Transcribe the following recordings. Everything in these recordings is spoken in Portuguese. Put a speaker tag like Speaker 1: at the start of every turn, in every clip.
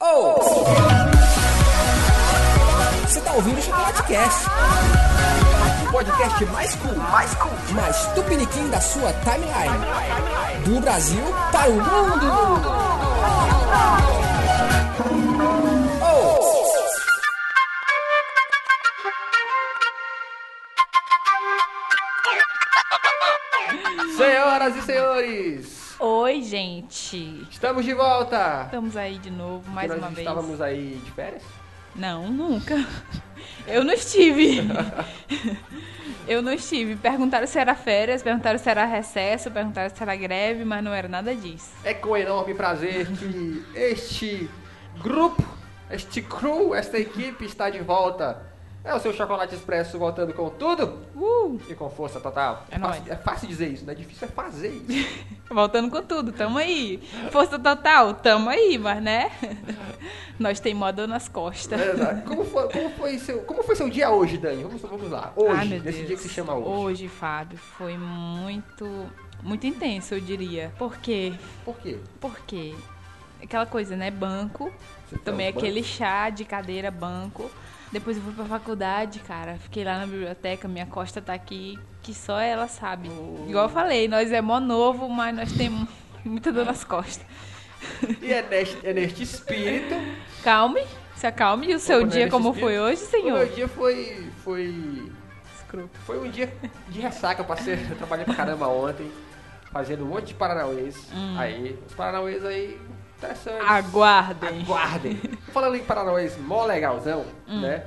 Speaker 1: Oh! Você tá ouvindo o Chocolatecast? O podcast mais cool, mais cool, mais tupiniquim da sua timeline. Do Brasil para o mundo! Oh!
Speaker 2: Senhoras e senhores,
Speaker 3: Oi, gente.
Speaker 2: estamos de volta.
Speaker 3: Estamos aí de novo, mais
Speaker 2: Nós
Speaker 3: uma vez.
Speaker 2: estávamos aí de férias?
Speaker 3: Não, nunca. Eu não estive. Eu não estive. Perguntaram se era férias, perguntaram se era recesso, perguntaram se era greve, mas não era nada disso.
Speaker 2: É com enorme prazer que este grupo, este crew, esta equipe está de volta. É o seu Chocolate Expresso voltando com tudo
Speaker 3: Uh!
Speaker 2: e com força total.
Speaker 3: É
Speaker 2: fácil,
Speaker 3: nóis.
Speaker 2: é fácil dizer isso, não é difícil é fazer isso.
Speaker 3: Voltando com tudo, tamo aí. Força total, tamo aí, mas né? Nós tem moda nas costas.
Speaker 2: Exato. né, como, foi, como, foi seu, como foi seu dia hoje, Dani? Vamos, vamos lá. Hoje,
Speaker 3: Ai, meu
Speaker 2: nesse
Speaker 3: Deus.
Speaker 2: dia que se chama hoje.
Speaker 3: Hoje, Fábio, foi muito, muito intenso, eu diria. Por quê?
Speaker 2: Por quê?
Speaker 3: Porque aquela coisa, né? Banco.
Speaker 2: Você
Speaker 3: Tomei
Speaker 2: tá no
Speaker 3: é aquele chá de cadeira, banco. Depois eu fui pra faculdade, cara. Fiquei lá na biblioteca, minha costa tá aqui, que só ela sabe. Igual eu falei, nós é mó novo, mas nós temos muita dor nas costas.
Speaker 2: banco? E é neste, é neste espírito
Speaker 3: Calme, se acalme. E o seu
Speaker 2: Opa, né,
Speaker 3: é dia
Speaker 2: deixa
Speaker 3: como
Speaker 2: espírito.
Speaker 3: foi hoje,
Speaker 2: O meu
Speaker 3: senhor?
Speaker 2: dia foi. Foi.
Speaker 3: Escroto.
Speaker 2: Foi um dia de ressaca. Eu passei. Eu trabalhei pra caramba ontem. Fazendo um monte de paranauês. Aí. Os paranauês aí. Interessantes.
Speaker 3: Hum. Aguardem.
Speaker 2: Aguardem. Falando em paranauês mó legalzão,
Speaker 3: Hum.
Speaker 2: né?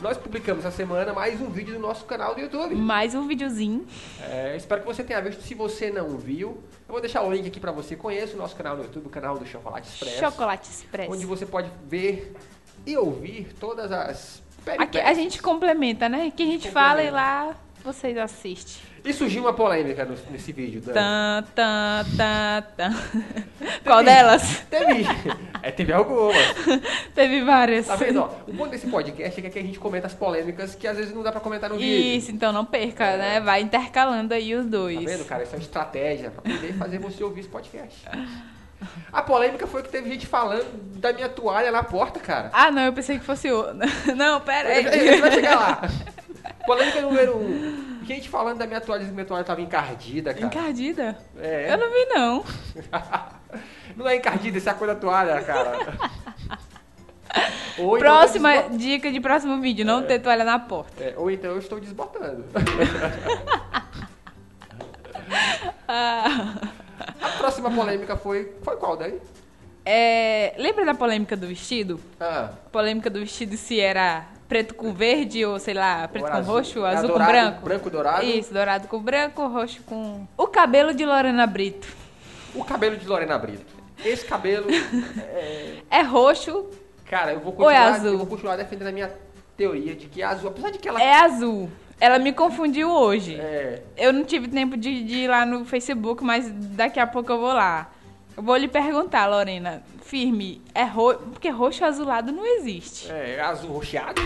Speaker 2: Nós publicamos essa semana mais um vídeo do nosso canal do YouTube.
Speaker 3: Mais um videozinho.
Speaker 2: É, espero que você tenha visto. Se você não viu, eu vou deixar o link aqui pra você. Conheça o nosso canal no YouTube, o canal do Chocolate Expresso.
Speaker 3: Chocolate
Speaker 2: Onde
Speaker 3: Expresso.
Speaker 2: você pode ver e ouvir todas as.
Speaker 3: Aqui, a gente complementa, né? Que a gente fala e lá vocês assistem.
Speaker 2: E surgiu uma polêmica no- nesse vídeo, Dani.
Speaker 3: Tan, tan, tan, tan. Qual delas?
Speaker 2: Teve. É, teve algumas.
Speaker 3: Teve várias.
Speaker 2: Tá vendo? ó? O bom desse podcast é que aqui a gente comenta as polêmicas que às vezes não dá pra comentar no vídeo.
Speaker 3: Isso, então não perca, né? Vai intercalando aí os
Speaker 2: É. Tá
Speaker 3: dois.
Speaker 2: vendo, cara? Isso é uma estratégia pra poder fazer você ouvir esse podcast. A polêmica foi que teve gente falando da minha toalha na porta, cara.
Speaker 3: Ah, não, eu pensei que fosse o. Não, pera aí.
Speaker 2: A gente vai chegar lá. Polêmica número um. Gente falando da minha toalha, dizendo que minha toalha tava encardida, cara.
Speaker 3: Encardida?
Speaker 2: É.
Speaker 3: Eu não vi, não.
Speaker 2: Não é encardida, isso é a cor da toalha, cara. Ou então
Speaker 3: Próxima
Speaker 2: eu tô desbo-
Speaker 3: dica de próximo vídeo: não ter toalha na porta.
Speaker 2: É, ou então eu estou desbotando.
Speaker 3: Ah.
Speaker 2: A próxima polêmica foi. Foi qual daí?
Speaker 3: É, lembra da polêmica do vestido?
Speaker 2: Ah,
Speaker 3: Polêmica do vestido se era preto com verde ou sei lá, preto
Speaker 2: Ou
Speaker 3: com
Speaker 2: azul.
Speaker 3: roxo,
Speaker 2: É
Speaker 3: azul
Speaker 2: dourado,
Speaker 3: com branco.
Speaker 2: branco dourado.
Speaker 3: Isso, dourado com branco, roxo com. O cabelo de Lorena Brito.
Speaker 2: o cabelo de Lorena Brito. Esse cabelo. é,
Speaker 3: É roxo,
Speaker 2: cara, eu vou
Speaker 3: Ou é
Speaker 2: continuar.
Speaker 3: azul?
Speaker 2: Eu vou continuar defendendo a minha teoria de que é azul. Apesar de que ela.
Speaker 3: é azul. Ela me confundiu hoje.
Speaker 2: É,
Speaker 3: Eu não tive tempo de, de ir lá no Facebook, mas daqui a pouco eu vou lá. Eu vou lhe perguntar, Lorena, firme, é ro... porque roxo azulado não existe.
Speaker 2: é, azul roxeado.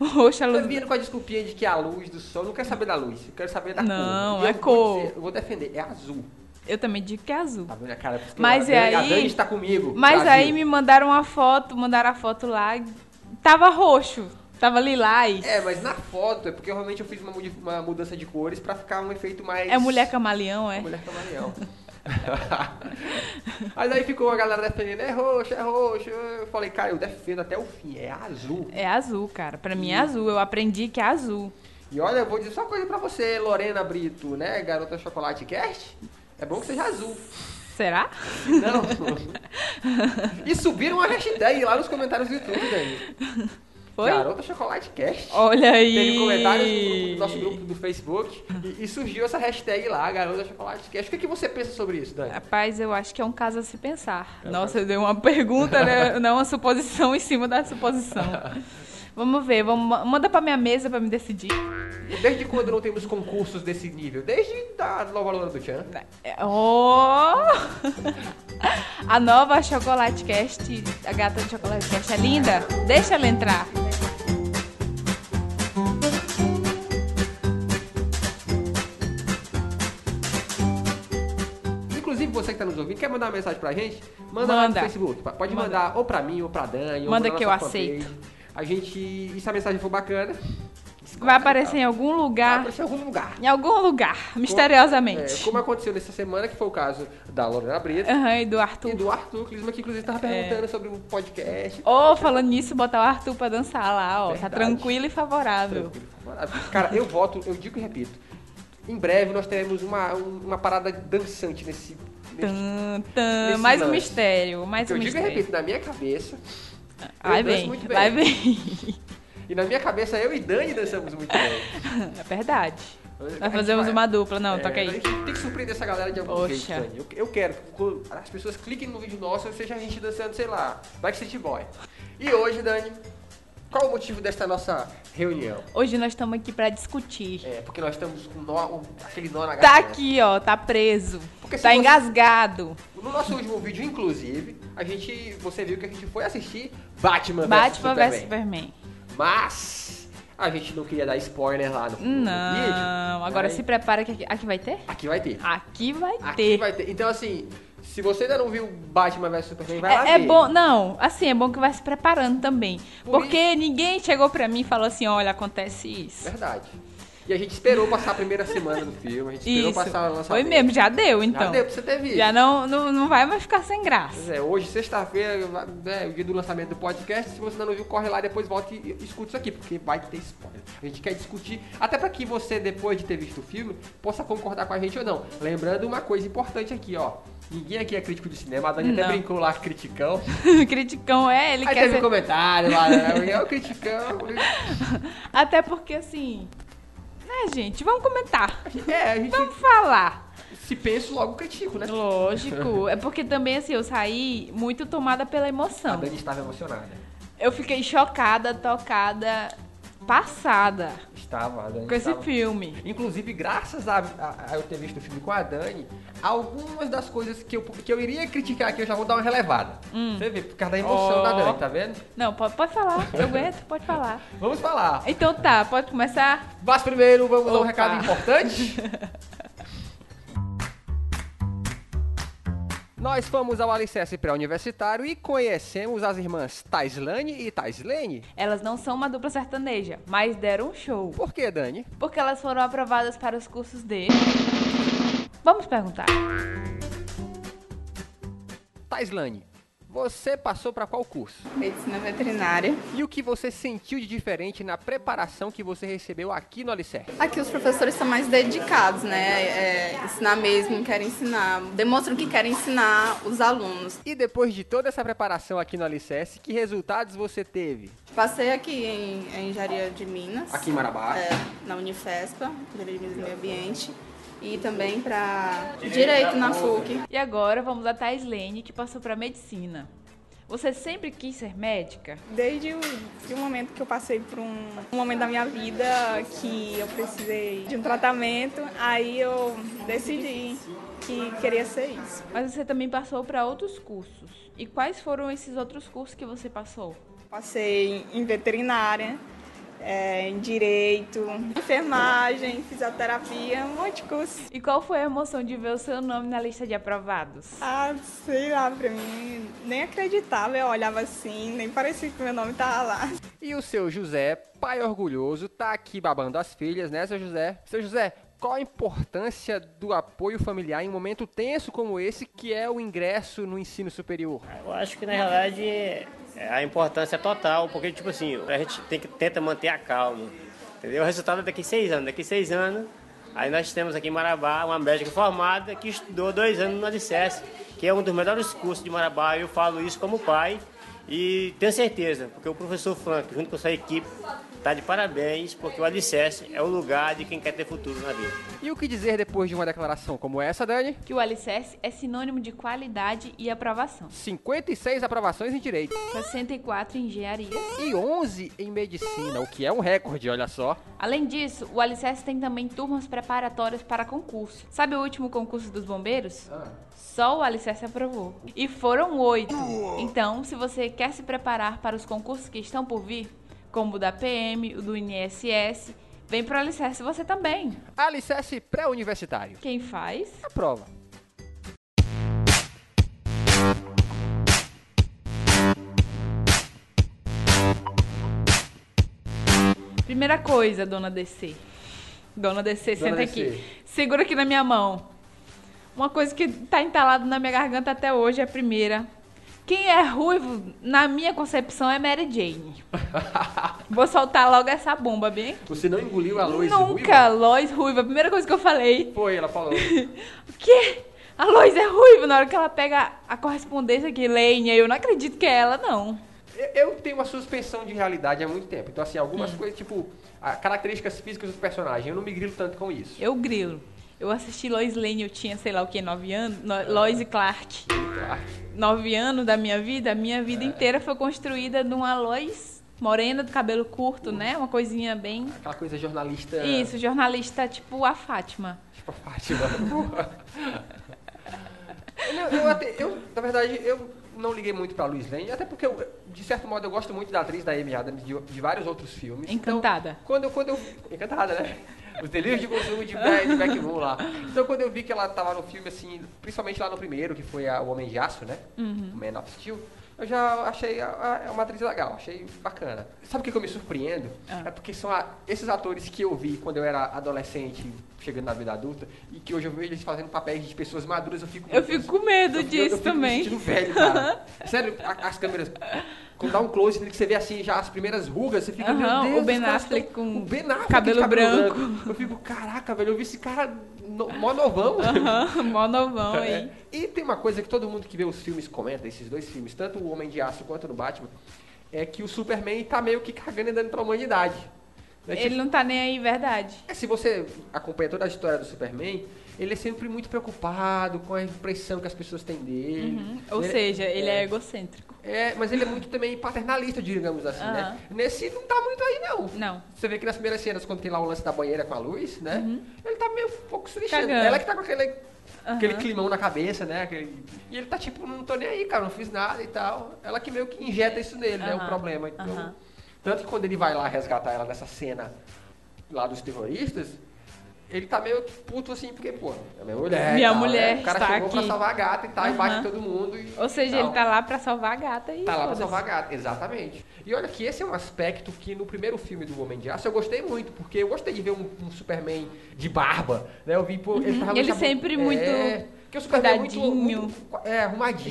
Speaker 3: O roxo
Speaker 2: Você
Speaker 3: azulado.
Speaker 2: vindo com a desculpinha de que é a luz do sol. Eu Não quero saber da luz. Eu quero saber da
Speaker 3: Não,
Speaker 2: cor. E
Speaker 3: é
Speaker 2: eu vou
Speaker 3: cor.
Speaker 2: dizer, eu vou defender. É azul.
Speaker 3: Eu também digo que é azul.
Speaker 2: Tá vendo a cara? Porque
Speaker 3: Mas
Speaker 2: a,
Speaker 3: e
Speaker 2: Dani- a
Speaker 3: aí-
Speaker 2: Dani está comigo.
Speaker 3: Mas
Speaker 2: Brasil.
Speaker 3: aí me mandaram uma foto, mandaram a foto lá, tava roxo, tava lilás.
Speaker 2: É, mas na foto é porque realmente eu fiz uma, mudi- uma mudança de cores pra ficar um efeito mais.
Speaker 3: É mulher camaleão, é?
Speaker 2: Mulher camaleão. Mas aí ficou a galera defendendo, é roxo, é roxo. Eu falei, cara, eu defendo até o fim, é azul.
Speaker 3: É azul, cara. Pra mim é azul. Eu aprendi que é azul.
Speaker 2: E olha, eu vou dizer só uma coisa pra você, Lorena Brito, né, garota chocolate cast? É bom que seja azul.
Speaker 3: Será?
Speaker 2: Não. e subiram uma hashtag lá nos comentários do YouTube, Dani.
Speaker 3: Foi?
Speaker 2: Garota chocolate cast.
Speaker 3: Olha aí.
Speaker 2: Teve comentários no grupo do nosso grupo do Facebook e, e surgiu essa hashtag lá, Garota Chocolate Cast. O que, que você pensa sobre isso, Dani?
Speaker 3: Rapaz, eu acho que é um caso a se pensar. Nossa, eu dei uma pergunta, né? Não, uma suposição em cima da suposição. Vamos ver, vamos, ma- manda pra minha mesa pra me decidir.
Speaker 2: Desde quando não temos concursos desse nível? Desde da Nova Lona do Chan.
Speaker 3: É, Oh! A nova Chocolate Cast, a gata do Chocolate Cast é linda? Deixa ela entrar.
Speaker 2: Inclusive, você que está nos ouvindo, quer mandar uma mensagem pra gente? Manda, lá no
Speaker 3: Manda.
Speaker 2: Facebook. Pa- Pode
Speaker 3: Manda.
Speaker 2: mandar ou pra mim, ou pra Dani, ou
Speaker 3: Manda
Speaker 2: na
Speaker 3: que
Speaker 2: nossa
Speaker 3: eu
Speaker 2: fanpage.
Speaker 3: aceito.
Speaker 2: A gente. E se a mensagem for bacana,
Speaker 3: Vai aparecer em algum
Speaker 2: vai
Speaker 3: lugar.
Speaker 2: aparecer em algum lugar.
Speaker 3: Em algum lugar,
Speaker 2: É,
Speaker 3: misteriosamente.
Speaker 2: como é? aconteceu nessa semana, que foi o caso da Lorena Brito
Speaker 3: Aham, e do Arthur.
Speaker 2: e do Arthur Clisma, que inclusive
Speaker 3: É.
Speaker 2: tava perguntando sobre o podcast.
Speaker 3: Ô, falando nisso, botar o Arthur pra dançar lá, ó.
Speaker 2: Verdade.
Speaker 3: Tá tranquilo e favorável.
Speaker 2: Tranquilo, maravilha. Cara, eu voto, eu digo e repito. Em breve nós teremos uma, um- uma parada dançante nesse. nesse
Speaker 3: Tan, tan.
Speaker 2: Nesse
Speaker 3: Mais um
Speaker 2: lance.
Speaker 3: mistério, mais
Speaker 2: que eu
Speaker 3: um
Speaker 2: digo e
Speaker 3: mistério.
Speaker 2: repito, na minha cabeça. eu
Speaker 3: Vai
Speaker 2: danço
Speaker 3: bem,
Speaker 2: muito bem.
Speaker 3: vai bem.
Speaker 2: E na minha cabeça eu e Dani dançamos muito bem.
Speaker 3: É verdade.
Speaker 2: A
Speaker 3: Nós
Speaker 2: gente
Speaker 3: fazemos
Speaker 2: vai-
Speaker 3: uma dupla, não,
Speaker 2: É,
Speaker 3: toca
Speaker 2: a
Speaker 3: aí.
Speaker 2: gente Tem que surpreender essa galera de algum
Speaker 3: Poxa.
Speaker 2: jeito, Dani. Eu, eu quero que quando as pessoas cliquem no vídeo nosso ou seja a gente dançando, sei lá, Backstreet Boy. E hoje, Dani, qual o motivo desta nossa reunião?
Speaker 3: Hoje nós estamos aqui pra discutir.
Speaker 2: É, porque nós estamos com nó, o- aquele nó na
Speaker 3: Tá
Speaker 2: garganta.
Speaker 3: aqui, ó, tá preso.
Speaker 2: É. Porque se
Speaker 3: tá
Speaker 2: você- Tá
Speaker 3: engasgado.
Speaker 2: No nosso último vídeo, inclusive, a gente, você viu que a gente foi assistir Batman,
Speaker 3: Batman
Speaker 2: vs Superman.
Speaker 3: vs Superman.
Speaker 2: Mas a gente não queria dar spoiler lá no, no vídeo.
Speaker 3: Não, agora
Speaker 2: né?
Speaker 3: se prepara que aqui, aqui vai ter?
Speaker 2: Aqui vai ter.
Speaker 3: Aqui vai
Speaker 2: Aqui
Speaker 3: ter.
Speaker 2: vai ter. Então, assim, se você ainda não viu Batman vs Superman, vai lá
Speaker 3: É, é
Speaker 2: ver.
Speaker 3: bom, não, assim, é bom que vai se preparando também.
Speaker 2: Por
Speaker 3: porque ninguém chegou pra mim e falou assim: olha, acontece isso.
Speaker 2: Verdade. E a gente esperou passar a primeira semana do filme, a gente esperou
Speaker 3: Isso.
Speaker 2: passar o lançamento.
Speaker 3: Foi mesmo, já deu
Speaker 2: Já
Speaker 3: então.
Speaker 2: deu pra você ter visto.
Speaker 3: Já não, não, não vai mais ficar sem
Speaker 2: Pois
Speaker 3: graça.
Speaker 2: é, hoje, sexta-feira, né, o dia do lançamento do podcast. Se você ainda não viu, corre lá, depois volta e escuta isso aqui, porque vai ter spoiler. A gente quer discutir, até pra que você, depois de ter visto o filme, possa concordar com a gente ou não. Lembrando uma coisa importante aqui, ó. Ninguém aqui é crítico de cinema, a Dani até
Speaker 3: Não.
Speaker 2: brincou lá, criticão.
Speaker 3: Criticão é,
Speaker 2: Aí
Speaker 3: ele quer
Speaker 2: teve um
Speaker 3: ser...
Speaker 2: comentário lá, né? É o criticão.
Speaker 3: Até porque assim. Né, gente, vamos comentar.
Speaker 2: É, a gente
Speaker 3: Vamos falar.
Speaker 2: se pensa logo critico, né?
Speaker 3: Lógico. É porque também, assim, eu saí muito tomada pela
Speaker 2: A
Speaker 3: emoção.
Speaker 2: Dani estava emocionada.
Speaker 3: Eu fiquei chocada, tocada, passada
Speaker 2: Estava, a Dani
Speaker 3: com esse
Speaker 2: estava.
Speaker 3: filme.
Speaker 2: Inclusive, graças a, a- a eu ter visto o filme com a Dani, algumas das coisas que eu, que eu iria criticar aqui, eu já vou dar uma relevada. Você vê, por causa da emoção
Speaker 3: Hum. Ó.
Speaker 2: da Dani, tá vendo?
Speaker 3: Não, pode, pode falar. Eu aguento, pode falar.
Speaker 2: Vamos falar.
Speaker 3: Então tá, pode começar?
Speaker 2: Mas primeiro, vamos dar um
Speaker 3: Opa.
Speaker 2: recado importante. Nós fomos ao Alicerce Pré-Universitário e conhecemos as irmãs Taislane e Taislene.
Speaker 3: Elas não são uma dupla sertaneja, mas deram um show.
Speaker 2: Por que, Dani?
Speaker 3: Porque elas foram aprovadas para os cursos de. Vamos perguntar.
Speaker 2: Taislane, você passou para qual curso?
Speaker 4: Medicina veterinária.
Speaker 2: E o que você sentiu de diferente na preparação que você recebeu aqui no Alicerce?
Speaker 4: Aqui os professores são mais dedicados, né? É, ensinar mesmo, querem ensinar, demonstram que querem ensinar os alunos.
Speaker 2: E depois de toda essa preparação aqui no Alicerce, que resultados você teve?
Speaker 4: Passei aqui em, em Engenharia de Minas,
Speaker 2: em Marabá.
Speaker 4: é, na Unifespa, Engenharia de Minas e Meio Ambiente, e também para Direito na FUC.
Speaker 3: E agora vamos a Thais Lene, que passou para medicina. Você sempre quis ser médica?
Speaker 5: Desde o, de um momento que eu passei por um, um momento da minha vida que eu precisei de um tratamento, aí eu decidi que queria ser isso.
Speaker 3: Mas você também passou para outros cursos. E quais foram esses outros cursos que você passou?
Speaker 5: Passei em veterinária, eh, em direito, enfermagem, fisioterapia, um monte de curso.
Speaker 3: E qual foi a emoção de ver o seu nome na lista de aprovados?
Speaker 5: Ah, sei lá, pra mim nem acreditava, eu olhava assim, nem parecia que meu nome tava lá.
Speaker 2: E o seu José, pai orgulhoso, tá aqui babando as filhas, né, seu José? Seu José, qual a importância do apoio familiar em um momento tenso como esse, que é o ingresso no ensino superior?
Speaker 6: Eu acho que na realidade é- a importância é total, porque tipo assim, a gente tem que tenta manter a calma. Entendeu? O resultado é daqui seis anos. Daqui seis anos, aí nós temos aqui em Marabá uma médica formada que estudou dois anos no Alicerce, que é um dos melhores cursos de Marabá. Eu falo isso como pai e tenho certeza, porque o professor Frank, junto com sua equipe, está de parabéns, porque o Alicerce é o lugar de quem quer ter futuro na vida.
Speaker 2: E o que dizer depois de uma declaração como essa, Dani?
Speaker 3: Que o alicerce é sinônimo de qualidade e aprovação.
Speaker 2: 56 aprovações em direito
Speaker 3: 64 engenharias.
Speaker 2: e 11 em medicina, o que é um recorde, olha só.
Speaker 3: Além disso, o Alicerce tem também turmas preparatórias para concurso. Sabe o último concurso dos bombeiros? Só o Alicerce aprovou. E foram oito. Então, se você quer se preparar para os concursos que estão por vir, como o da PM, o do INSS, vem para o Alicerce você também.
Speaker 2: Alicerce pré-universitário.
Speaker 3: Quem faz?
Speaker 2: A prova.
Speaker 3: Primeira coisa, dona DC. Dona DC,
Speaker 2: Dona
Speaker 3: senta
Speaker 2: DC.
Speaker 3: aqui. Segura aqui na minha mão. Uma coisa que tá entalada na minha garganta até hoje é a primeira. Quem é ruivo, na minha concepção, é Mary Jane. Vou soltar logo essa bomba, bem?
Speaker 2: Você não engoliu a Lois
Speaker 3: Nunca, Lois ruiva. A primeira coisa que eu falei.
Speaker 2: Ruiva? Foi, ela falou.
Speaker 3: O quê? A Lois é ruiva na hora que ela pega a correspondência que Lane, eu não acredito que é ela, não.
Speaker 2: Eu- Eu tenho uma suspensão de realidade há muito tempo. Então, assim,
Speaker 3: Hum.
Speaker 2: algumas coisas, tipo, a- características físicas dos personagens. Eu não me grilo tanto com isso.
Speaker 3: Eu grilo. Eu assisti Lois Lane, eu tinha, sei lá o que, nove anos. No- Lois e Clark.
Speaker 2: Ah,
Speaker 3: Nove anos da minha vida, a minha
Speaker 2: É.
Speaker 3: vida inteira foi construída numa Lois morena, do cabelo curto, né? Uma coisinha bem.
Speaker 2: Aquela coisa jornalista.
Speaker 3: Isso, jornalista tipo a Fátima.
Speaker 2: Tipo, a Fátima. eu, eu até- eu, na verdade, eu não liguei muito pra Luiz Lane, até porque, eu, de certo modo, eu gosto muito da atriz da Amy Adams, de, de vários outros filmes. Então,
Speaker 3: Encantada.
Speaker 2: Quando eu, quando eu. Encantada, né? Os delírios de consumo de Be- de Beck Moon lá. Então quando eu vi que ela tava no filme, assim, principalmente lá no primeiro, que foi a- o Homem de Aço, né?
Speaker 3: Uhum.
Speaker 2: O Man of Steel, eu já achei a- a- uma atriz legal, achei bacana. Sabe o que, que eu me surpreendo?
Speaker 3: Ah.
Speaker 2: É porque são a- esses atores que eu vi quando eu era adolescente, chegando na vida adulta, e que hoje eu vejo eles fazendo papéis de pessoas maduras, eu fico.
Speaker 3: Eu fico com medo
Speaker 2: eu fico- eu
Speaker 3: disso
Speaker 2: fico me
Speaker 3: também.
Speaker 2: sentindo velho, cara. Sério, a- as câmeras. Quando dá um close, que você vê assim já as primeiras rugas, você fica.
Speaker 3: Aham,
Speaker 2: meu Deus,
Speaker 3: o Ben
Speaker 2: os caras
Speaker 3: Affleck
Speaker 2: tão-
Speaker 3: com
Speaker 2: o Ben Affleck de
Speaker 3: cabelo branco.
Speaker 2: Eu fico, caraca, velho, eu vi esse cara no, mó novão.
Speaker 3: Aham, mó novão
Speaker 2: É.
Speaker 3: aí.
Speaker 2: E tem uma coisa que todo mundo que vê os filmes comenta, esses dois filmes, tanto o Homem de Aço quanto no Batman, é que o Superman tá meio que cagando e dando pra humanidade. Né?
Speaker 3: Ele não tá nem aí, verdade.
Speaker 2: É, Se você acompanha toda a história do Superman, ele é sempre muito preocupado com a impressão que as pessoas têm dele.
Speaker 3: Uhum. Ou
Speaker 2: Uhum. Ele-
Speaker 3: seja, ele é egocêntrico.
Speaker 2: É, mas ele é muito também paternalista, digamos assim, né?
Speaker 3: Ah.
Speaker 2: Nesse não tá muito aí, não.
Speaker 3: Não.
Speaker 2: Você vê que nas primeiras cenas, quando tem lá o lance da banheira com a luz, né? Ele tá meio um pouco se lixando.
Speaker 3: Uhum. Cagando.
Speaker 2: Ela que tá com aquele, aquele climão na cabeça, né? Aquele- E ele tá tipo, não tô nem aí, cara, não fiz nada e tal. Ela que meio que injeta isso nele, né? O
Speaker 3: Aham.
Speaker 2: problema. Então,
Speaker 3: Aham.
Speaker 2: Tanto que quando ele vai lá resgatar ela nessa cena lá dos terroristas, ele tá meio que puto assim, porque, pô, é minha mulher. e
Speaker 3: Minha
Speaker 2: tal, né?
Speaker 3: mulher
Speaker 2: O cara
Speaker 3: está
Speaker 2: chegou pra
Speaker 3: aqui.
Speaker 2: salvar a gata e tal, e
Speaker 3: Aham.
Speaker 2: bate em todo mundo. e
Speaker 3: Ou seja,
Speaker 2: tal.
Speaker 3: ele tá lá pra salvar a gata e.
Speaker 2: Tá lá pra
Speaker 3: foda-se.
Speaker 2: salvar a gata, exatamente. E olha que esse é um aspecto que no primeiro filme do Homem de Aço eu gostei muito, porque eu gostei de ver um, um Superman de barba, né? Eu vi, pô, ele tava
Speaker 3: Uhum. Ele
Speaker 2: muito-
Speaker 3: sempre
Speaker 2: é,
Speaker 3: muito
Speaker 2: Porque o Superman é muito,
Speaker 3: cuidadinho.
Speaker 2: muito, é, arrumadinho.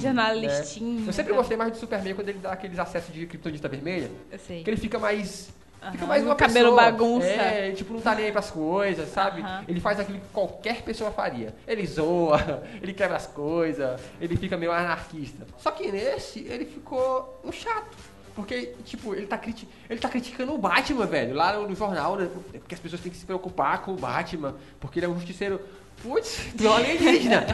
Speaker 2: né?
Speaker 3: Jornalistinho,
Speaker 2: Eu sempre
Speaker 3: sabe?
Speaker 2: gostei mais do Superman quando ele dá aqueles acessos de criptonita vermelha,
Speaker 3: Eu sei.
Speaker 2: que ele fica mais... Fica
Speaker 3: Aham,
Speaker 2: mais
Speaker 3: no
Speaker 2: uma
Speaker 3: cabelo
Speaker 2: pessoa.
Speaker 3: bagunça.
Speaker 2: É, ele, tipo, não tá nem aí pras coisas, sabe?
Speaker 3: Aham.
Speaker 2: Ele faz aquilo que qualquer pessoa faria. Ele zoa, ele quebra as coisas, ele fica meio anarquista. Só que nesse, ele ficou um chato. Porque, tipo, ele tá, criti ele tá criticando o Batman, velho, lá no, no jornal, né? Porque as pessoas têm que se preocupar com o Batman, porque ele é um justiceiro. Putz, não é um alienígena.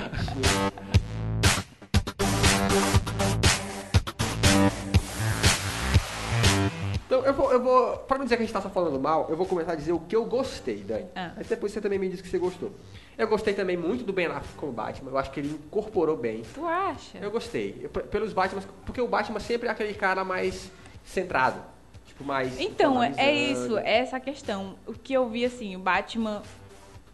Speaker 2: Então, eu vou, eu vou. Pra não dizer que a gente tá só falando mal, eu vou começar a dizer o que eu gostei, Dani.
Speaker 3: Ah.
Speaker 2: Aí depois você também me diz o que você gostou. Eu gostei também muito do Ben Affleck como Batman. Eu acho que ele incorporou bem.
Speaker 3: Tu acha?
Speaker 2: Eu gostei. Eu- p- pelos Batman, porque o Batman sempre é aquele cara mais centrado. Tipo, mais.
Speaker 3: Então, é- é
Speaker 2: analisando.
Speaker 3: isso, é essa questão. O que eu vi, assim, o Batman,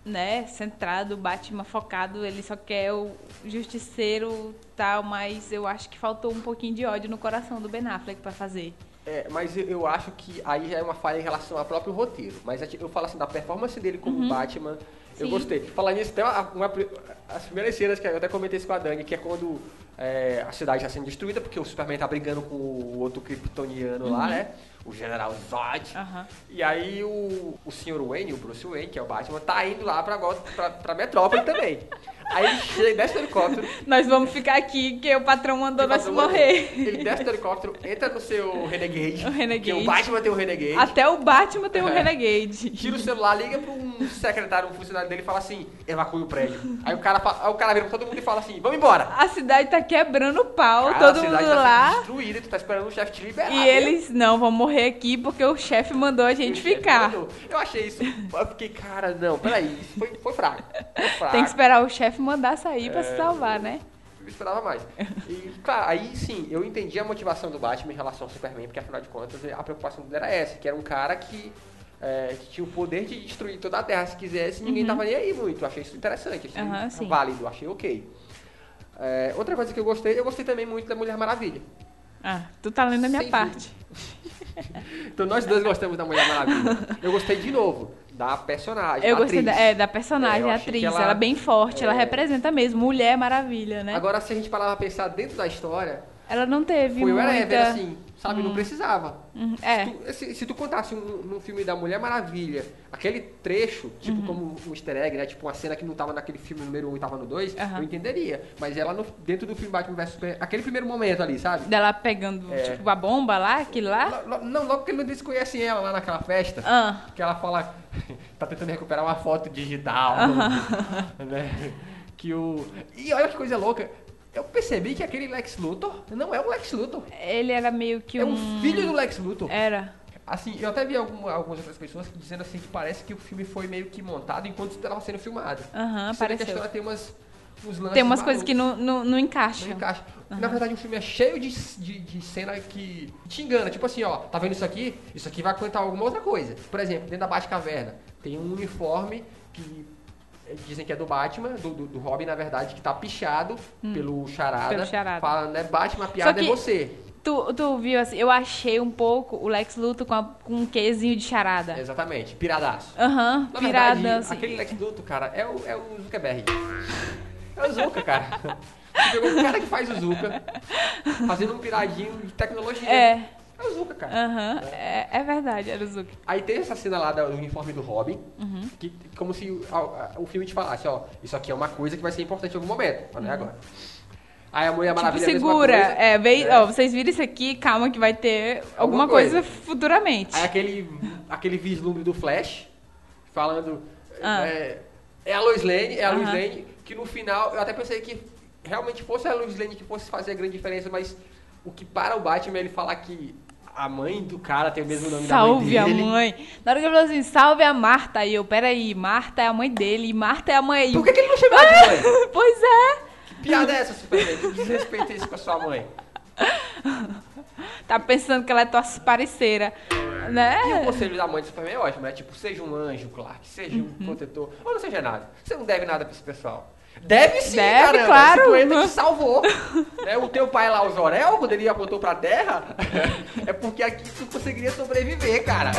Speaker 3: né, centrado, o Batman focado, ele só quer o justiceiro tal, mas eu acho que faltou um pouquinho de ódio no coração do Ben Affleck pra fazer.
Speaker 2: É, mas eu, eu acho que aí já é uma falha em relação ao próprio roteiro. Mas a ti- eu falo assim, da performance dele como Batman, eu
Speaker 3: Uhum. Sim.
Speaker 2: gostei. Falar nisso, tem uma, uma pri- as primeiras cenas que eu até comentei isso com a Dani, que é quando é, a cidade está sendo destruída, porque o Superman tá brigando com o outro kryptoniano
Speaker 3: Uhum.
Speaker 2: lá, né? O General Zod.
Speaker 3: Aham.
Speaker 2: E aí o, o Sr. Wayne, o Bruce Wayne, que é o Batman, tá indo lá pra, Got- pra, pra Metrópole também. Aí ele chega, desce do helicóptero,
Speaker 3: Nós vamos ficar aqui, que o patrão mandou
Speaker 2: ele
Speaker 3: nós
Speaker 2: passa uma-
Speaker 3: morrer.
Speaker 2: Ele desce do helicóptero, entra no seu Renegade.
Speaker 3: O Renegade.
Speaker 2: porque o Batman tem o Renegade.
Speaker 3: Até o Batman tem um
Speaker 2: É.
Speaker 3: Renegade.
Speaker 2: Tira o celular, liga pra um secretário, um funcionário dele e fala assim, evacue o prédio. Aí o cara, fa- aí o cara vira pra todo mundo e fala assim, vamos embora.
Speaker 3: A cidade tá quebrando o pau,
Speaker 2: Cara, a
Speaker 3: todo
Speaker 2: cidade
Speaker 3: mundo
Speaker 2: tá sendo
Speaker 3: lá.
Speaker 2: destruída, tu tá esperando o chefe te liberar.
Speaker 3: E
Speaker 2: né?
Speaker 3: eles, não, vão morrer aqui porque o chefe mandou a
Speaker 2: E o
Speaker 3: gente
Speaker 2: chefe
Speaker 3: ficar.
Speaker 2: mandou. Eu achei isso, eu fiquei, cara, não, peraí, isso foi, foi fraco. Foi fraco.
Speaker 3: Tem que esperar o chefe mandar sair pra
Speaker 2: É.
Speaker 3: se salvar, né?
Speaker 2: Eu esperava mais. E, claro, aí sim, eu entendi a motivação do Batman em relação ao Superman, porque afinal de contas a preocupação dele era essa, que era um cara que, é, que tinha o poder de destruir toda a Terra se quisesse, ninguém tava nem aí muito. Eu Achei isso interessante, achei
Speaker 3: Uhum. Aham, sim.
Speaker 2: válido, achei ok. É, outra coisa que eu gostei, eu gostei também muito da Mulher Maravilha.
Speaker 3: Ah, tu tá lendo a minha
Speaker 2: Sem
Speaker 3: parte.
Speaker 2: Então nós dois gostamos da Mulher Maravilha. Eu gostei de novo da personagem.
Speaker 3: Eu
Speaker 2: da
Speaker 3: gostei da,
Speaker 2: atriz.
Speaker 3: é, da personagem,
Speaker 2: É, eu
Speaker 3: a
Speaker 2: achei
Speaker 3: atriz.
Speaker 2: que
Speaker 3: Ela... é bem forte, ela
Speaker 2: É.
Speaker 3: representa mesmo. Mulher maravilha, né?
Speaker 2: Agora, se a gente parar pra pensar dentro da história,
Speaker 3: ela não teve
Speaker 2: foi o
Speaker 3: muita...
Speaker 2: Eleven, assim, sabe? Não precisava.
Speaker 3: Uhum,
Speaker 2: Se
Speaker 3: É,
Speaker 2: tu, se, se tu contasse um- num filme da Mulher Maravilha, aquele trecho, tipo
Speaker 3: Uhum.
Speaker 2: como um easter egg, né? Tipo uma cena que não tava naquele filme número 1 e tava no 2,
Speaker 3: Aham.
Speaker 2: eu entenderia. Mas ela, no- dentro do filme Batman vs Superman, aquele primeiro momento ali, sabe?
Speaker 3: dela pegando,
Speaker 2: É.
Speaker 3: tipo, a bomba lá, aquilo lá.
Speaker 2: Lo- lo- Não, logo que ele não desconhece ela lá naquela festa.
Speaker 3: Ah,
Speaker 2: Que ela fala. tá tentando recuperar uma foto digital. né? Que o. E olha que coisa louca. Eu percebi que aquele Lex Luthor não é o Lex Luthor.
Speaker 3: ele era meio que
Speaker 2: É
Speaker 3: um... É,
Speaker 2: um filho do Lex Luthor.
Speaker 3: Era.
Speaker 2: Assim, eu até vi algum- algumas outras pessoas dizendo assim que parece que o filme foi meio que montado enquanto estava sendo filmado.
Speaker 3: Aham,
Speaker 2: Você vê que a
Speaker 3: Ah, apareceu.
Speaker 2: história tem umas. Uns lances
Speaker 3: Tem umas coisas que
Speaker 2: malucos,
Speaker 3: não, não, não encaixam.
Speaker 2: não encaixa. Na verdade, o filme é cheio de, de, de cena que te engana. Tipo assim, ó, tá vendo isso aqui? Isso aqui vai aguentar alguma outra coisa. Por exemplo, dentro da Batcaverna, tem um uniforme que eh, dizem que é do Batman, do, do, do Robin, na verdade, que tá pichado pelo charada.
Speaker 3: Hum. Pelo Charada.
Speaker 2: Falando, né, Batman, a piada
Speaker 3: que-
Speaker 2: é você.
Speaker 3: Tu, tu viu, assim, eu achei um pouco o Lex Luthor com, a- com um quezinho de charada.
Speaker 2: Exatamente, piradaço.
Speaker 3: Aham,
Speaker 2: É. Na
Speaker 3: pirada.
Speaker 2: verdade,
Speaker 3: assim.
Speaker 2: aquele Lex Luthor, cara, é o, é o Zuckerberg. É o Zuka, cara. Você pegou o cara que faz o Zuka, fazendo um piradinho de tecnologia.
Speaker 3: É,
Speaker 2: É o Zuka, cara.
Speaker 3: aham, é, é verdade, era o Zuki.
Speaker 2: Aí tem essa cena lá do uniforme do Robin,
Speaker 3: Uhum.
Speaker 2: que como se o, a- a- o filme te falasse, ó, isso aqui é uma coisa que vai ser importante em algum momento, mas não é agora. Aí a Mulher
Speaker 3: Uhum. Tipo,
Speaker 2: Maravilha é a mesma
Speaker 3: segura.
Speaker 2: coisa,
Speaker 3: é, vem,
Speaker 2: né?
Speaker 3: ó, vocês viram isso aqui, calma que vai ter alguma,
Speaker 2: Alguma
Speaker 3: coisa.
Speaker 2: coisa.
Speaker 3: futuramente.
Speaker 2: Aí aquele, aquele vislumbre do Flash, falando.
Speaker 3: Ah.
Speaker 2: É, é a Lois Lane, é a Lois
Speaker 3: Aham.
Speaker 2: Lane, que no final eu até pensei que realmente fosse a Lois Lane que fosse fazer a grande diferença, mas o que para o Batman é ele falar que a mãe do cara tem é o mesmo nome
Speaker 3: Salve
Speaker 2: da
Speaker 3: a
Speaker 2: mãe dele.
Speaker 3: mãe. Na hora que ele falou assim, salve a Marta. Aí eu, peraí, Marta é a mãe dele, e Marta é a mãe.
Speaker 2: Por que, que ele não chama ela de mãe?
Speaker 3: pois é.
Speaker 2: Que piada é essa, Superman? Que desrespeito é esse com a sua mãe?
Speaker 3: Tá pensando que ela é tua parceira,
Speaker 2: E o
Speaker 3: né?
Speaker 2: conselho da mãe do Superman é ótimo, né? Tipo, seja um anjo, Clark, seja um
Speaker 3: Uhum.
Speaker 2: protetor, ou não seja nada. Você não deve nada pra esse pessoal. Deve sim,
Speaker 3: Deve,
Speaker 2: caramba.
Speaker 3: claro.
Speaker 2: Esse planeta te salvou. né? O teu pai lá, o Jorel, quando ele apontou pra Terra, é porque aqui tu conseguiria sobreviver, cara.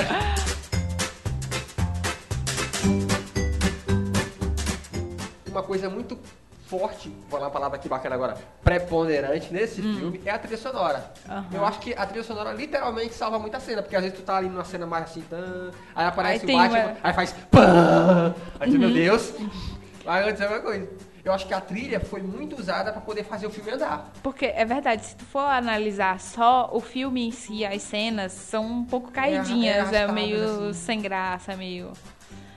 Speaker 2: Uma coisa muito forte, vou falar uma palavra aqui bacana agora, preponderante nesse
Speaker 3: Hum.
Speaker 2: filme é a trilha sonora. Eu acho que a trilha sonora literalmente salva muita cena, porque às vezes tu tá ali numa cena mais assim, tan, aí aparece
Speaker 3: Aí tem
Speaker 2: o Batman,
Speaker 3: uma- Uhum.
Speaker 2: aí faz pã, aí tu, meu Deus, aí aconteceu alguma coisa. Eu acho que a trilha foi muito usada pra poder fazer o filme andar.
Speaker 3: Porque é verdade, se tu for analisar só o filme em si, as cenas são um pouco caidinhas, é,
Speaker 2: arrastadas,
Speaker 3: meio
Speaker 2: assim.
Speaker 3: sem graça, é meio.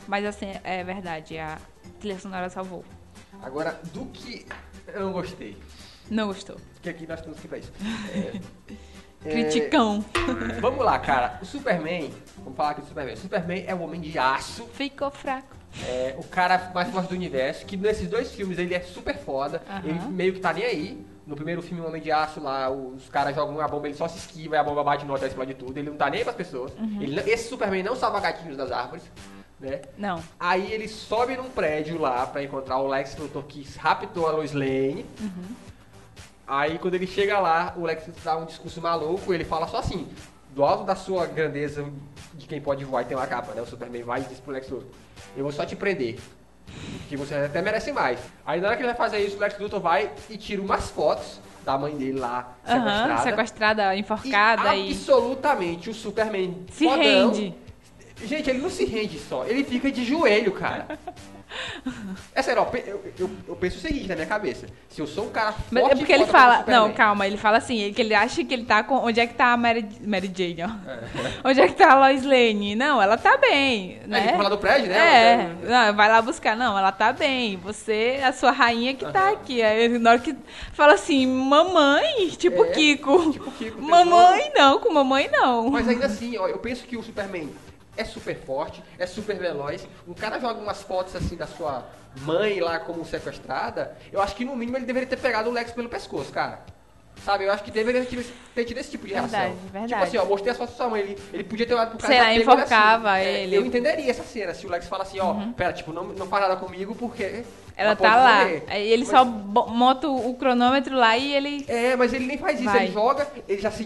Speaker 3: Mas assim, é verdade, a trilha sonora salvou.
Speaker 2: Agora, do que eu não gostei,
Speaker 3: Não gostou.
Speaker 2: que aqui nós temos que pra isso. É,
Speaker 3: Criticão.
Speaker 2: é, vamos lá, cara. O Superman, vamos falar aqui do Superman. O Superman é um homem de aço.
Speaker 3: Ficou fraco.
Speaker 2: É, o cara mais forte do universo, que nesses dois filmes ele é super foda,
Speaker 3: Aham.
Speaker 2: ele meio que tá nem aí. No primeiro filme, Homem de Aço, lá, os caras jogam a bomba, ele só se esquiva e a bomba bate no hotel, explode tudo. Ele não tá nem aí pras pessoas. Ele não- esse Superman não salva gatinhos das árvores, né?
Speaker 3: Não.
Speaker 2: Aí ele sobe num prédio lá pra encontrar o Lex Luthor que raptou a Lois Lane. Aí quando ele chega lá, o Lex Luthor dá um discurso maluco, ele fala só assim: do alto da sua grandeza de quem pode voar e tem uma capa, né? O Superman vai e diz pro Lex Luthor: Eu vou só te prender. Que você até merece mais. Aí na hora que ele vai fazer isso, o Lex Luthor vai e tira umas fotos da mãe dele lá,
Speaker 3: Aham,
Speaker 2: sequestrada.
Speaker 3: sequestrada, enforcada
Speaker 2: e
Speaker 3: e.
Speaker 2: absolutamente o Superman
Speaker 3: Se
Speaker 2: fodão,
Speaker 3: rende.
Speaker 2: Gente, ele não se rende só, ele fica de joelho, cara. É sério, ó, pe- eu, eu- eu penso o seguinte na minha cabeça. Se eu sou um cara forte...
Speaker 3: Mas é porque
Speaker 2: e
Speaker 3: ele
Speaker 2: foda como
Speaker 3: fala.
Speaker 2: Superman,
Speaker 3: Não, calma, ele fala assim, ele- que ele acha que ele tá com. Onde é que tá a Mary, Mary Jane, ó? Onde é que tá a Lois Lane? Não, ela tá bem.
Speaker 2: É, ele
Speaker 3: Né?
Speaker 2: fica lá do prédio,
Speaker 3: É,
Speaker 2: né?
Speaker 3: não, vai lá buscar. Não, ela tá bem. Você, a sua rainha que tá aqui. Aí ele, na hora que fala assim, mamãe, tipo
Speaker 2: É,
Speaker 3: Kiko.
Speaker 2: tipo Kiko,
Speaker 3: mamãe não, com mamãe não.
Speaker 2: Mas ainda assim, ó, eu penso que o Superman é super forte, é super veloz. Um cara joga umas fotos assim da sua mãe lá como sequestrada. Eu acho que no mínimo ele deveria ter pegado o Lex pelo pescoço, cara. Sabe, eu acho que deveria ter tido esse- ter tido esse tipo de reação.
Speaker 3: Verdade, verdade.
Speaker 2: Tipo assim, ó, mostrei as fotos da sua mãe, ele, ele podia ter olhado pro cara
Speaker 3: Sei
Speaker 2: e
Speaker 3: lá,
Speaker 2: tá pego ele
Speaker 3: enforcava
Speaker 2: assim. É,
Speaker 3: ele. Uhum.
Speaker 2: Eu entenderia essa cena, se o Lex fala assim, ó, pera, tipo, não, não faz nada comigo porque...
Speaker 3: Ela
Speaker 2: pode
Speaker 3: tá lá.
Speaker 2: morrer.
Speaker 3: Aí ele
Speaker 2: Mas-
Speaker 3: só bo- monta o cronômetro lá e ele
Speaker 2: É, mas ele nem faz isso,
Speaker 3: Vai.
Speaker 2: ele joga, ele já se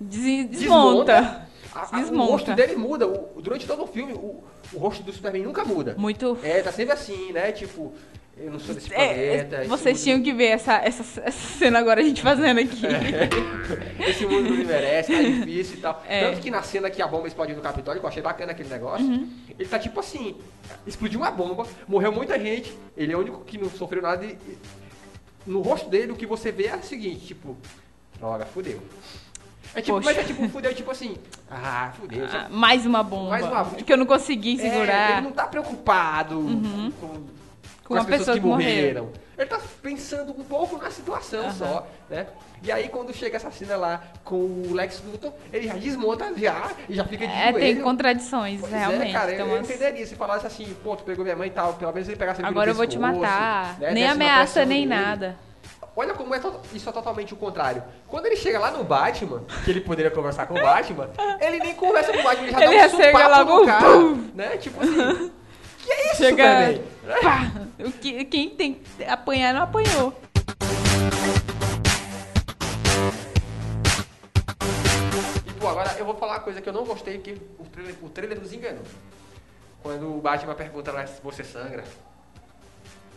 Speaker 3: des- desmonta.
Speaker 2: desmonta. a- a- o
Speaker 3: Desmonta.
Speaker 2: rosto dele muda. O- durante todo o filme, o, o rosto do Superman nunca muda.
Speaker 3: Muito.
Speaker 2: É, tá sempre assim, né? Tipo, eu não sou desse
Speaker 3: É,
Speaker 2: planeta. esse
Speaker 3: vocês
Speaker 2: mundo-
Speaker 3: tinham que ver essa, essa, essa cena agora, a gente fazendo aqui.
Speaker 2: É. Esse mundo não me merece, tá difícil e tal.
Speaker 3: É. Uhum.
Speaker 2: Tanto que na cena que a bomba explodiu no Capitólio, que eu achei bacana aquele negócio, ele tá tipo assim, explodiu uma bomba, morreu muita gente, ele é o único que não sofreu nada e, e no rosto dele o que você vê é o seguinte, tipo, droga, fudeu. É tipo,
Speaker 3: Poxa.
Speaker 2: mas é tipo, fudeu, tipo assim, ah, fudeu.
Speaker 3: Ah, mais uma bomba.
Speaker 2: Mais uma bomba.
Speaker 3: Que eu não consegui
Speaker 2: É,
Speaker 3: segurar. Uhum.
Speaker 2: ele não tá preocupado com, com
Speaker 3: Com
Speaker 2: as
Speaker 3: uma
Speaker 2: pessoas
Speaker 3: pessoa
Speaker 2: que
Speaker 3: que morreu.
Speaker 2: morreram. Ele tá pensando um pouco na situação
Speaker 3: Aham.
Speaker 2: só, né? E aí quando chega essa cena lá com o Lex Luthor, ele já desmonta já e já fica de
Speaker 3: É, tem
Speaker 2: joelho.
Speaker 3: contradições,
Speaker 2: Pois
Speaker 3: realmente.
Speaker 2: É, cara, eu-
Speaker 3: Então,
Speaker 2: eu
Speaker 3: assim,
Speaker 2: entenderia se falasse assim, pô, tu pegou minha mãe e tal, pelo né, menos ele pegasse a
Speaker 3: agora eu vou te matar. Nem ameaça, nem nada.
Speaker 2: Olha como é to- isso é totalmente o contrário. Quando ele chega lá no Batman, que ele poderia conversar com o Batman, ele nem conversa com o Batman, ele já
Speaker 3: Ele
Speaker 2: dá um
Speaker 3: recebe
Speaker 2: supapo
Speaker 3: logo
Speaker 2: no
Speaker 3: um
Speaker 2: cara,
Speaker 3: pum.
Speaker 2: né? Tipo assim, que é isso,
Speaker 3: Chega-
Speaker 2: Superman?
Speaker 3: Pá! O que, quem tem que apanhar não apanhou.
Speaker 2: E, pô, agora eu vou falar uma coisa que eu não gostei, porque o trailer, o trailer nos enganou. Quando o Batman pergunta lá se você sangra,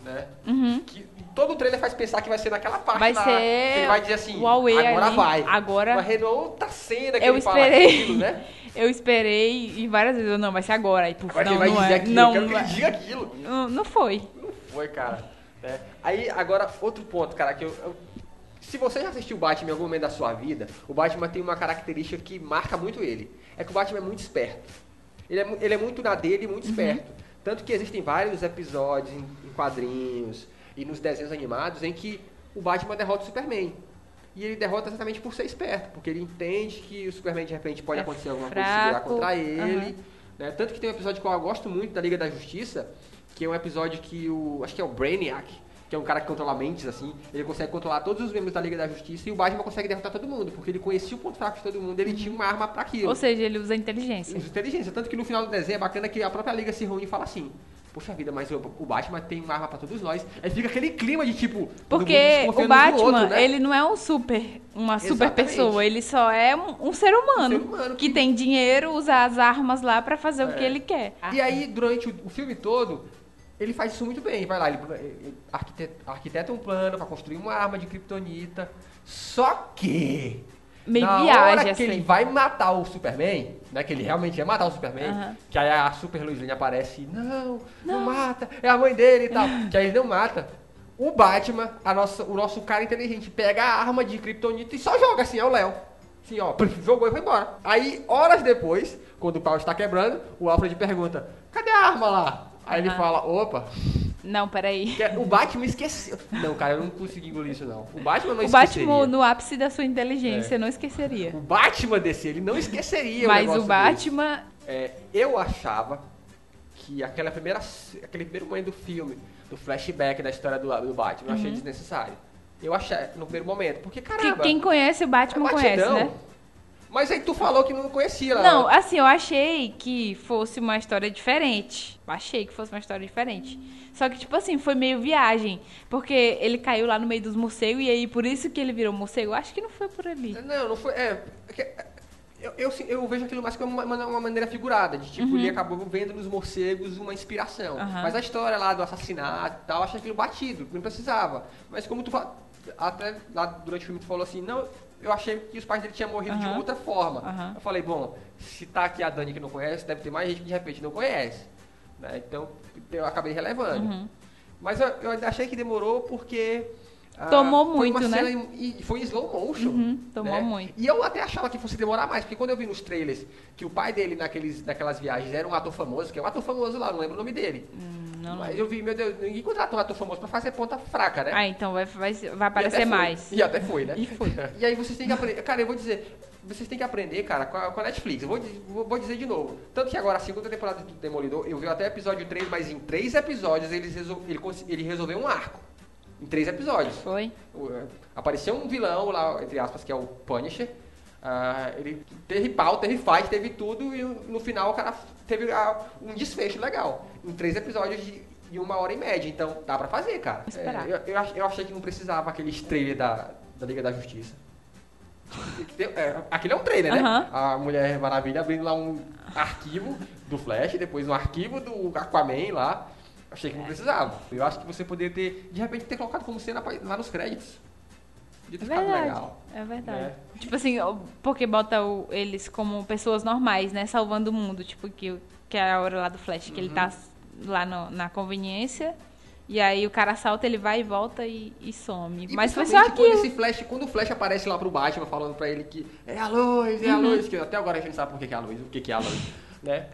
Speaker 2: né?
Speaker 3: Uhum.
Speaker 2: Que todo o trailer faz pensar que vai ser naquela parte
Speaker 3: Hum? Vai
Speaker 2: lá.
Speaker 3: ser
Speaker 2: que Ele vai dizer assim,
Speaker 3: o Away
Speaker 2: agora
Speaker 3: ali,
Speaker 2: vai.
Speaker 3: agora-
Speaker 2: Mas é outra cena que
Speaker 3: Eu
Speaker 2: ele
Speaker 3: esperei.
Speaker 2: fala aquilo, né?
Speaker 3: Eu esperei e várias vezes eu não, vai ser agora. Aí, puf,
Speaker 2: Agora
Speaker 3: não,
Speaker 2: ele vai
Speaker 3: não
Speaker 2: dizer
Speaker 3: é.
Speaker 2: aquilo,
Speaker 3: não,
Speaker 2: eu quero que
Speaker 3: não,
Speaker 2: ele
Speaker 3: é.
Speaker 2: diga aquilo.
Speaker 3: não, não foi.
Speaker 2: Foi, cara. É. Aí, agora, outro ponto, cara, que eu, eu- Se você já assistiu o Batman em algum momento da sua vida, o Batman tem uma característica que marca muito ele. É que o Batman é muito esperto. Ele é, mu- ele é muito na dele e muito
Speaker 3: Uhum.
Speaker 2: esperto. Tanto que existem vários episódios em, em quadrinhos e nos desenhos animados em que o Batman derrota o Superman. E ele derrota exatamente por ser esperto, porque ele entende que o Superman de repente pode
Speaker 3: É
Speaker 2: acontecer alguma
Speaker 3: fraco.
Speaker 2: coisa segurar contra ele.
Speaker 3: Aham.
Speaker 2: né? Tanto que tem um episódio que eu gosto muito da Liga da Justiça, que é um episódio que o. Acho que é o Brainiac, que é um cara que controla mentes, assim. Ele consegue controlar todos os membros da Liga da Justiça e o Batman consegue derrotar todo mundo, porque ele conhecia o ponto fraco de todo mundo, ele tinha uma arma pra aquilo.
Speaker 3: Ou seja, ele usa inteligência.
Speaker 2: Usa inteligência. Tanto que no final do desenho é bacana que a própria Liga se reúne e fala assim. Poxa vida, mas o o Batman tem uma arma pra todos nós. Aí fica aquele clima de tipo. todo mundo
Speaker 3: Porque
Speaker 2: desconfiando
Speaker 3: o
Speaker 2: um do
Speaker 3: Batman,
Speaker 2: outro, né?
Speaker 3: ele não é um super, uma super
Speaker 2: Exatamente.
Speaker 3: pessoa, ele só é um, um ser humano,
Speaker 2: Um ser humano
Speaker 3: que tem dinheiro, usa as armas lá pra fazer o que
Speaker 2: É.
Speaker 3: ele quer.
Speaker 2: E aí, durante o, o filme todo, ele faz isso muito bem. Vai lá, ele, ele arquite- arquiteta um plano pra construir uma arma de kriptonita. Só que.
Speaker 3: Meio
Speaker 2: na
Speaker 3: viagem,
Speaker 2: hora que
Speaker 3: assim.
Speaker 2: ele vai matar o Superman, né? Que ele realmente ia matar o Superman,
Speaker 3: Aham.
Speaker 2: que aí a Super Luz Lane aparece, não, não, mata, é a mãe dele e tal. que aí ele não mata. O Batman, a nossa, o nosso cara inteligente, pega a arma de Kryptonita e só joga assim, é o Léo. Assim, ó, plif, jogou e foi embora. Aí, horas depois, quando o pau está quebrando, o Alfred pergunta, cadê a arma lá? Aí ele
Speaker 3: Aham.
Speaker 2: fala, opa,
Speaker 3: Não, peraí.
Speaker 2: que- é, o Batman esqueceu. Não, cara, eu não consegui engolir isso, não. O Batman não
Speaker 3: O
Speaker 2: esqueceria.
Speaker 3: Batman, no ápice da sua inteligência, não esqueceria.
Speaker 2: O Batman desse, ele não esqueceria
Speaker 3: Mas
Speaker 2: o negócio
Speaker 3: o
Speaker 2: desse.
Speaker 3: Batman,
Speaker 2: É, eu achava que aquela primeira, c- aquele primeiro momento do filme, do flashback da história do, do Batman, eu achei desnecessário. Eu achei no primeiro momento, porque
Speaker 3: Uhum. que
Speaker 2: caramba,
Speaker 3: quem conhece o
Speaker 2: é
Speaker 3: Batman conhece,
Speaker 2: batidão.
Speaker 3: né?
Speaker 2: Mas aí tu falou que não conhecia lá.
Speaker 3: Não, assim, eu achei que fosse uma história diferente. Achei que fosse uma história diferente. Só que, tipo assim, foi meio viagem. Porque ele caiu lá no meio dos morcegos e aí por isso que ele virou morcego. Eu Acho que não foi por ali.
Speaker 2: Não, não foi. É, é que- é, eu, eu, se- eu vejo aquilo mais como uma, uma- uma maneira figurada, de tipo, ele acabou vendo nos morcegos uma inspiração.
Speaker 3: Uhum. Aham.
Speaker 2: Mas a história lá do assassinato e tal, eu achei aquilo batido, não precisava. Mas como tu fa- até lá durante o filme tu falou assim, não, eu achei que os pais dele tinham morrido de
Speaker 3: Aham.
Speaker 2: outra forma.
Speaker 3: Aham.
Speaker 2: Eu falei, bom, se tá aqui a Dani que não conhece, deve ter mais gente que de repente não conhece. né? Então eu acabei relevando.
Speaker 3: Uhum.
Speaker 2: Mas eu, eu achei que demorou porque. ah,
Speaker 3: Tomou
Speaker 2: foi uma
Speaker 3: muito, né?
Speaker 2: cena em- e foi em slow motion. né?
Speaker 3: Uhum, tomou muito.
Speaker 2: E eu até achava que fosse demorar mais, porque quando eu vi nos trailers que o pai dele naqueles, naquelas viagens era um ator famoso, que é um ator famoso lá, não lembro o nome dele.
Speaker 3: não
Speaker 2: Mas eu vi, meu Deus, ninguém contratou um ator famoso pra fazer ponta fraca, né?
Speaker 3: Ah, então vai, vai, vai
Speaker 2: E até
Speaker 3: aparecer
Speaker 2: foi.
Speaker 3: mais.
Speaker 2: E até foi, né?
Speaker 3: E foi.
Speaker 2: E aí vocês têm que aprender. Cara, eu vou dizer. Vocês têm que aprender, cara, com a, com a Netflix. Eu vou, di- vou- vou dizer de novo. Tanto que agora, a segunda temporada do Demolidor, eu vi até o episódio 3, mas em três episódios eles resol- ele, cons- ele resolveu um arco. Em três episódios.
Speaker 3: Foi?
Speaker 2: O- é, Apareceu um vilão lá, entre aspas, que é o Punisher. Ah, ele teve pau, teve fight, teve tudo e no final o cara teve ah, um desfecho legal. Em três episódios de, de uma hora e média. Então dá pra fazer, cara.
Speaker 3: Esperar.
Speaker 2: É, eu, eu ach- eu achei que não precisava aquele trailer da, da Liga da Justiça. É, aquele é um trailer, né?
Speaker 3: Aham.
Speaker 2: A Mulher Maravilha abrindo lá um arquivo do Flash, depois um arquivo do Aquaman lá. Achei
Speaker 3: É.
Speaker 2: que não precisava. Eu acho que você poderia ter, de repente, ter colocado como cena pra- lá nos créditos. Podia
Speaker 3: É
Speaker 2: ter ficado
Speaker 3: verdade.
Speaker 2: legal.
Speaker 3: É verdade.
Speaker 2: Né?
Speaker 3: Tipo assim, o- porque bota o- eles como pessoas normais, né? Salvando o mundo. Tipo, que, que é a hora lá do Flash,
Speaker 2: Uhum.
Speaker 3: que ele tá lá no- na conveniência. E aí o cara assalta, ele vai e volta e, e some.
Speaker 2: E
Speaker 3: Mas foi só
Speaker 2: principalmente
Speaker 3: aquilo.
Speaker 2: Quando, esse Flash, quando o Flash aparece lá pro Batman falando pra ele que é a luz,
Speaker 3: Uhum.
Speaker 2: é a luz, que até agora a gente sabe por que que é a luz, o que que é a luz, né?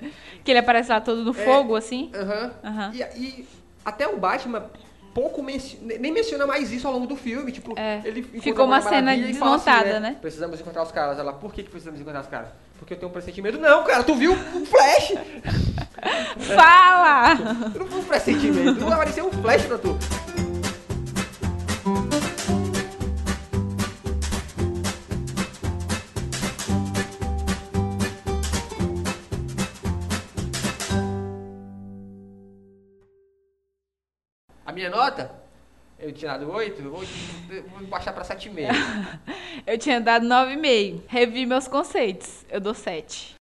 Speaker 3: Que ele aparece lá todo no
Speaker 2: É.
Speaker 3: fogo, assim.
Speaker 2: Aham.
Speaker 3: Aham.
Speaker 2: E, e até o Batman pouco menci- ne- nem menciona mais isso ao longo do filme. Tipo,
Speaker 3: É.
Speaker 2: ele encontra
Speaker 3: Ficou
Speaker 2: a
Speaker 3: uma
Speaker 2: Mulher
Speaker 3: cena
Speaker 2: Maravilha e fala assim, "É,
Speaker 3: desmontada, né?
Speaker 2: Precisamos encontrar os caras. Ela, por que, que precisamos encontrar os caras? Porque eu tenho um pressentimento. Não, cara, tu viu o Flash?
Speaker 3: Fala!
Speaker 2: Tu não viu o pressentimento. Não apareceu um Flash pra tu. A minha nota? Eu tinha dado 8, vou, vou baixar pra 7,5.
Speaker 3: Eu tinha dado 9,5. Revi meus conceitos. Eu dou 7.